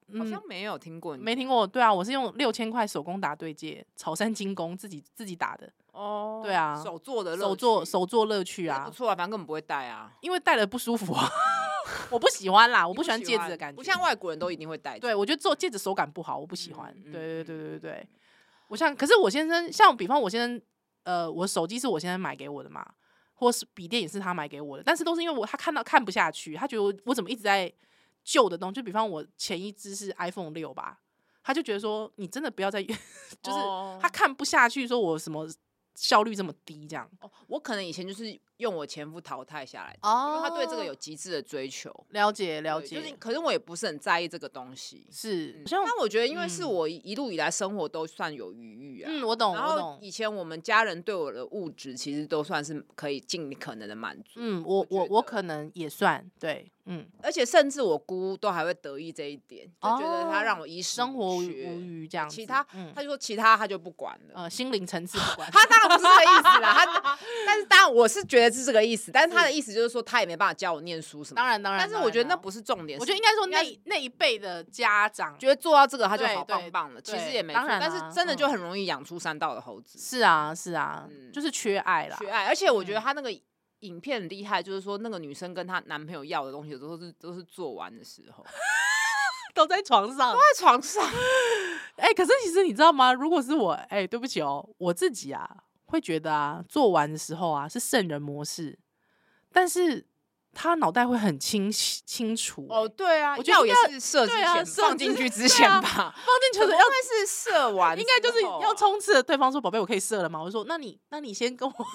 [SPEAKER 1] 嗯
[SPEAKER 2] 像，没有听过你，
[SPEAKER 1] 没听过。对啊，我是用六千块手工打对戒，草山精工自己自己打的，
[SPEAKER 2] 哦，
[SPEAKER 1] 对啊
[SPEAKER 2] 手做的乐
[SPEAKER 1] 手做
[SPEAKER 2] 趣
[SPEAKER 1] 手做乐趣
[SPEAKER 2] 那
[SPEAKER 1] 啊
[SPEAKER 2] 不，错啊，反正根本不会戴啊，
[SPEAKER 1] 因为戴了不舒服啊， 我不喜欢 啦，我
[SPEAKER 2] 我
[SPEAKER 1] 不喜欢戒指的感觉，
[SPEAKER 2] 不像外国人都一定会戴。，
[SPEAKER 1] 对我觉得做戒指手感不好，我不喜欢。
[SPEAKER 2] 嗯嗯
[SPEAKER 1] 对对
[SPEAKER 2] 嗯
[SPEAKER 1] 对对对对，我像可是我先生，像比方我先生，呃，我手机是我先生买给我的嘛，或是笔电也是他买给我的，但是都是因为我他看到看不下去，他觉得我我怎么一直在旧的东西，就比方我前一只是 iPhone 六吧，他就觉得说你真的不要再， 就是
[SPEAKER 2] 哦
[SPEAKER 1] 他看不下去，说我什么效率这么低这样。
[SPEAKER 2] 哦我可能以前就是用我前夫淘汰下来的，因
[SPEAKER 1] 哦
[SPEAKER 2] 为他对这个有极致的追求。
[SPEAKER 1] 了解了
[SPEAKER 2] 对就是
[SPEAKER 1] 解，
[SPEAKER 2] 可是我也不是很在意这个东西。
[SPEAKER 1] 是
[SPEAKER 2] 嗯
[SPEAKER 1] 像
[SPEAKER 2] 但我觉得，因为是
[SPEAKER 1] 嗯
[SPEAKER 2] 我一路以来生活都算有余裕啊。
[SPEAKER 1] 嗯，我懂
[SPEAKER 2] 然
[SPEAKER 1] 我
[SPEAKER 2] 后
[SPEAKER 1] 懂。
[SPEAKER 2] 以前我们家人对我的物质其实都算是可以尽可能的满足，
[SPEAKER 1] 嗯，我
[SPEAKER 2] 我
[SPEAKER 1] 我
[SPEAKER 2] 觉
[SPEAKER 1] 我
[SPEAKER 2] 得
[SPEAKER 1] 可能也算对，嗯，
[SPEAKER 2] 而且甚至我姑都还会得意这一点，就觉得
[SPEAKER 1] 哦
[SPEAKER 2] 他让我衣食
[SPEAKER 1] 生活无
[SPEAKER 2] 无
[SPEAKER 1] 无
[SPEAKER 2] 缺
[SPEAKER 1] 余这样子。
[SPEAKER 2] 其他
[SPEAKER 1] 嗯
[SPEAKER 2] 他就说其他他就不管了。。
[SPEAKER 1] 呃心灵层次不管
[SPEAKER 2] 他当然不是这个意思啦， 他但是当然我是觉得是这个意思，但是他的意思就是说他也没办法教我念书什么。
[SPEAKER 1] 当，然当然，
[SPEAKER 2] 但是
[SPEAKER 1] 当
[SPEAKER 2] 我
[SPEAKER 1] 然
[SPEAKER 2] 觉得那
[SPEAKER 1] 当然
[SPEAKER 2] 不是重点，
[SPEAKER 1] 我觉得
[SPEAKER 2] 是
[SPEAKER 1] 应该说那
[SPEAKER 2] 应
[SPEAKER 1] 一那一辈的家长
[SPEAKER 2] 觉得做到这个他就
[SPEAKER 1] 对
[SPEAKER 2] 好棒棒了，其
[SPEAKER 1] 对
[SPEAKER 2] 实也没
[SPEAKER 1] 当
[SPEAKER 2] 错，
[SPEAKER 1] 然
[SPEAKER 2] 但
[SPEAKER 1] 啦
[SPEAKER 2] 是真的就
[SPEAKER 1] 嗯
[SPEAKER 2] 很容易养出山道的猴子，
[SPEAKER 1] 是啊是啊，
[SPEAKER 2] 嗯
[SPEAKER 1] 就是缺爱啦。
[SPEAKER 2] 缺爱。而且我觉得他那个影片很厉害，就是说那个女生跟她男朋友要的东西都是都是做完的时候，在
[SPEAKER 1] 都在床 上。
[SPEAKER 2] 床 上，
[SPEAKER 1] 哎、可是其实你知道吗？如果是我，哎、对不起哦，我自己啊会觉得啊，做完的时候啊是圣人模式，但是他脑袋会很清晰清楚、
[SPEAKER 2] 哦，
[SPEAKER 1] 哦，
[SPEAKER 2] 对啊，
[SPEAKER 1] 我觉得
[SPEAKER 2] 药
[SPEAKER 1] 应
[SPEAKER 2] 也
[SPEAKER 1] 该
[SPEAKER 2] 是射之
[SPEAKER 1] 对啊
[SPEAKER 2] 前
[SPEAKER 1] 射
[SPEAKER 2] 放
[SPEAKER 1] 之
[SPEAKER 2] 进去之
[SPEAKER 1] 对
[SPEAKER 2] 前
[SPEAKER 1] 啊
[SPEAKER 2] 吧，
[SPEAKER 1] 放 进
[SPEAKER 2] 怎
[SPEAKER 1] 球
[SPEAKER 2] 么
[SPEAKER 1] 的
[SPEAKER 2] 会
[SPEAKER 1] 要。
[SPEAKER 2] 是 射完之后啊，
[SPEAKER 1] 应该就是要冲刺的，对方说：“宝贝，我可以射了吗？”我就说：“那你，那你先 跟我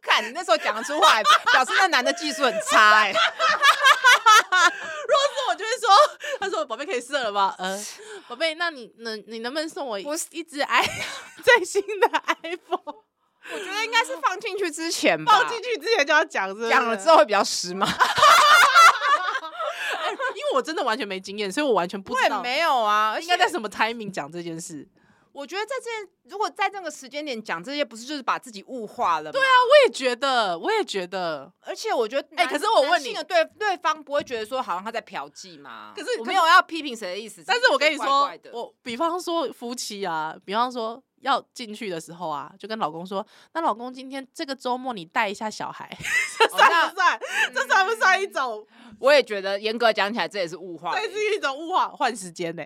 [SPEAKER 2] 看你那时候讲得出话来，表示那男的技术很差哎、
[SPEAKER 1] 我就会说，他说宝贝可以射了吧？呃，宝贝，那你能你能不能送我
[SPEAKER 2] 不是
[SPEAKER 1] 一只 i 最新 的 iPhone？
[SPEAKER 2] 我觉得应该是放进去之前吧，
[SPEAKER 1] 放进去之前就要讲，是不是
[SPEAKER 2] 讲了之，后会比较时髦。
[SPEAKER 1] 因为我真的完全没经验，所以我完全不
[SPEAKER 2] 我
[SPEAKER 1] 知
[SPEAKER 2] 也
[SPEAKER 1] 道
[SPEAKER 2] 没有啊，而
[SPEAKER 1] 应
[SPEAKER 2] 且
[SPEAKER 1] 该在什么 timing 讲这件事。
[SPEAKER 2] 我觉得在这件如果在这个时间点讲这些，不是就是把自己物化了？对啊，
[SPEAKER 1] 我也觉得，我也觉得，
[SPEAKER 2] 而且我觉得
[SPEAKER 1] 哎
[SPEAKER 2] 男，
[SPEAKER 1] 可是我问
[SPEAKER 2] 男性
[SPEAKER 1] 你
[SPEAKER 2] 的对对方不会觉得说好像他在嫖妓吗？
[SPEAKER 1] 可是可
[SPEAKER 2] 我没
[SPEAKER 1] 是
[SPEAKER 2] 有要批评谁的意思，
[SPEAKER 1] 但是我跟你说，
[SPEAKER 2] 怪怪的
[SPEAKER 1] 我比方说夫妻啊，比方说要进去的时候啊，就跟老公说，那老公今天这个周末你带一下小孩， 这
[SPEAKER 2] 哦那
[SPEAKER 1] 算不算？这算不算一种？
[SPEAKER 2] 我也觉得严格讲起来这也是物化的
[SPEAKER 1] 这
[SPEAKER 2] 一种，
[SPEAKER 1] 是一种物化换时间呢、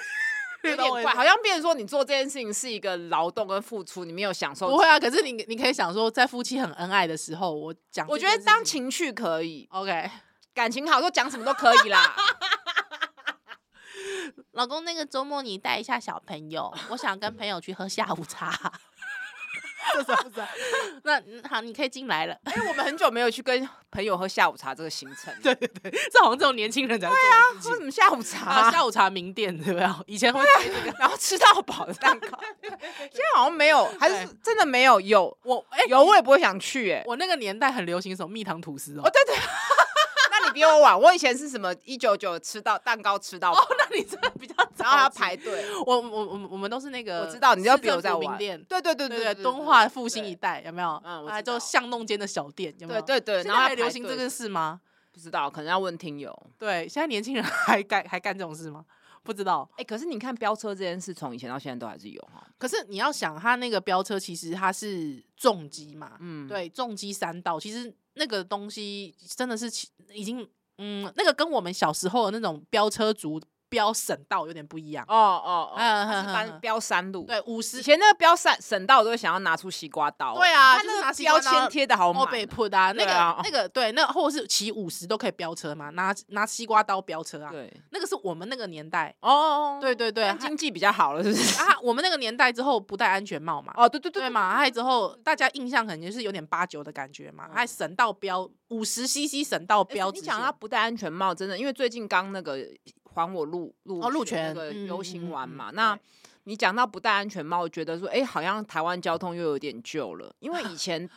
[SPEAKER 2] 有点怪，好像变成说你做这件事情是一个劳动跟付出，你没有享受
[SPEAKER 1] 不会啊，可是你你可以想说，在夫妻很恩爱的时候，我讲这
[SPEAKER 2] 我
[SPEAKER 1] 件事情，
[SPEAKER 2] 觉得当情趣可以，
[SPEAKER 1] OK，
[SPEAKER 2] 感情好说讲什么都可以 啦。
[SPEAKER 1] 老公那个周末你带一下小朋友，我想跟朋友去喝下午 茶。这算
[SPEAKER 2] 啊
[SPEAKER 1] 不算？那嗯好，你可以进来了。
[SPEAKER 2] 因为我们很久没有去跟朋友喝下午茶这个行程，
[SPEAKER 1] 对对对，这好像只有年轻人才会做的事
[SPEAKER 2] 喝
[SPEAKER 1] 情。
[SPEAKER 2] 什么下午茶、
[SPEAKER 1] 啊，下午茶名店对不对？以前会推这个。
[SPEAKER 2] 然后吃到饱的蛋 糕，现在好像没有，还是真的没有有
[SPEAKER 1] 我哎、
[SPEAKER 2] 有我也不会想去哎、
[SPEAKER 1] 我那个年代很流行什么蜜糖吐司哦。
[SPEAKER 2] 哦对对， 那你比我晚，我以前是什么一九九吃到蛋糕吃到饱，
[SPEAKER 1] 哦，那你真的比较早。
[SPEAKER 2] 然后还要排队，
[SPEAKER 1] 我我我们我们都是那个，
[SPEAKER 2] 我知道你就
[SPEAKER 1] 要
[SPEAKER 2] 比我在
[SPEAKER 1] 名
[SPEAKER 2] 晚，对
[SPEAKER 1] 店，
[SPEAKER 2] 对对对
[SPEAKER 1] 对对
[SPEAKER 2] 对，
[SPEAKER 1] 对，敦化复兴一带有没有？
[SPEAKER 2] 嗯我
[SPEAKER 1] 啊，
[SPEAKER 2] 知
[SPEAKER 1] 就
[SPEAKER 2] 道
[SPEAKER 1] 巷弄间的小店有没
[SPEAKER 2] 对
[SPEAKER 1] 有？，
[SPEAKER 2] 对对，
[SPEAKER 1] 现在
[SPEAKER 2] 然后还
[SPEAKER 1] 还流行这个事吗？
[SPEAKER 2] 不知道，可能要问听友。
[SPEAKER 1] 对，现在年轻人还干还干这种事吗？不知道。
[SPEAKER 2] 哎、可是你看飙车这件事，从以前到现在都还是有哈，
[SPEAKER 1] 可是你要想，他那个飙车其实它是重机嘛，
[SPEAKER 2] 嗯，
[SPEAKER 1] 对，重机三道，其实那个东西真的是其已经，嗯，那个跟我们小时候的那种飙车族标省道有点不一样。
[SPEAKER 2] 哦哦，
[SPEAKER 1] 嗯
[SPEAKER 2] 哦，它是
[SPEAKER 1] 嗯嗯嗯
[SPEAKER 2] 搬标山路。
[SPEAKER 1] 对，五十
[SPEAKER 2] 以前那个标山省道，我都会想要拿出西瓜刀。
[SPEAKER 1] 对啊
[SPEAKER 2] 它
[SPEAKER 1] 就是拿
[SPEAKER 2] 那个
[SPEAKER 1] 西瓜
[SPEAKER 2] 标
[SPEAKER 1] 刀
[SPEAKER 2] 签贴的好
[SPEAKER 1] 哦
[SPEAKER 2] 满
[SPEAKER 1] 被
[SPEAKER 2] 哦。
[SPEAKER 1] put 啊，那
[SPEAKER 2] 对
[SPEAKER 1] 个、
[SPEAKER 2] 啊
[SPEAKER 1] 那个对，那或者是骑五十都可以飙车嘛，拿拿西瓜刀飙车啊，
[SPEAKER 2] 对，
[SPEAKER 1] 那个是我们那个年代，
[SPEAKER 2] 哦哦，哦
[SPEAKER 1] 对，对对，
[SPEAKER 2] 但
[SPEAKER 1] 还
[SPEAKER 2] 经济比较好了，是不是？
[SPEAKER 1] 啊，我们那个年代之后不戴安全帽嘛，
[SPEAKER 2] 哦，对对对
[SPEAKER 1] 对，嗯嘛，还之后大家印象可能就是有点八九的感觉嘛，还省道标五十 CC 省道
[SPEAKER 2] 欸
[SPEAKER 1] 标，
[SPEAKER 2] 你讲他不戴安全帽，真的，因为最近刚那个还我路路
[SPEAKER 1] 哦路权
[SPEAKER 2] 权那个
[SPEAKER 1] 嗯
[SPEAKER 2] 游
[SPEAKER 1] 嗯
[SPEAKER 2] 行
[SPEAKER 1] 嗯
[SPEAKER 2] 完
[SPEAKER 1] 嗯
[SPEAKER 2] 嘛，
[SPEAKER 1] 对
[SPEAKER 2] 那你讲到不戴安全帽，我觉得说，哎、好像台湾交通又有点旧了，因为以前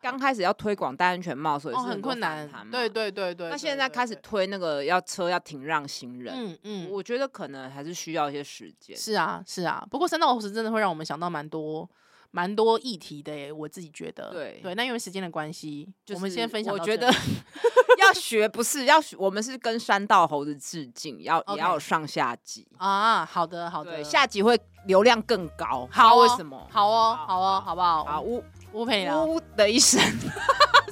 [SPEAKER 2] 刚开始要推广戴安全帽，所以
[SPEAKER 1] 哦
[SPEAKER 2] 是
[SPEAKER 1] 很
[SPEAKER 2] 多
[SPEAKER 1] 困
[SPEAKER 2] 反
[SPEAKER 1] 难
[SPEAKER 2] 弹，嘛
[SPEAKER 1] 对。对对对，
[SPEAKER 2] 那
[SPEAKER 1] 对
[SPEAKER 2] 现在
[SPEAKER 1] 对
[SPEAKER 2] 开始
[SPEAKER 1] 对
[SPEAKER 2] 推那个要车要停让行人，
[SPEAKER 1] 嗯嗯，
[SPEAKER 2] 我觉得可能还是需要一些时间。
[SPEAKER 1] 是啊是啊，不过三道猴子真的会让我们想到蛮多。蛮多议题的耶，我自己觉得。
[SPEAKER 2] 对
[SPEAKER 1] 对，那因为时间的关系，
[SPEAKER 2] 就
[SPEAKER 1] 我们
[SPEAKER 2] 是
[SPEAKER 1] 先分享
[SPEAKER 2] 我
[SPEAKER 1] 到
[SPEAKER 2] 觉
[SPEAKER 1] 这
[SPEAKER 2] 得
[SPEAKER 1] 里
[SPEAKER 2] 要学不是要学，我们是跟山道猴子致敬，要也要有
[SPEAKER 1] OK
[SPEAKER 2] 上下集。
[SPEAKER 1] 啊，好的好
[SPEAKER 2] 对，
[SPEAKER 1] 的，
[SPEAKER 2] 下集会流量更高，不知道
[SPEAKER 1] 好哦
[SPEAKER 2] 为什么？
[SPEAKER 1] 好哦好哦好不好？
[SPEAKER 2] 好，呜
[SPEAKER 1] 我陪你聊。
[SPEAKER 2] 呜的一声，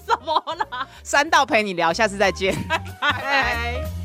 [SPEAKER 2] 什么啦？山道陪你聊，下次再见，拜拜。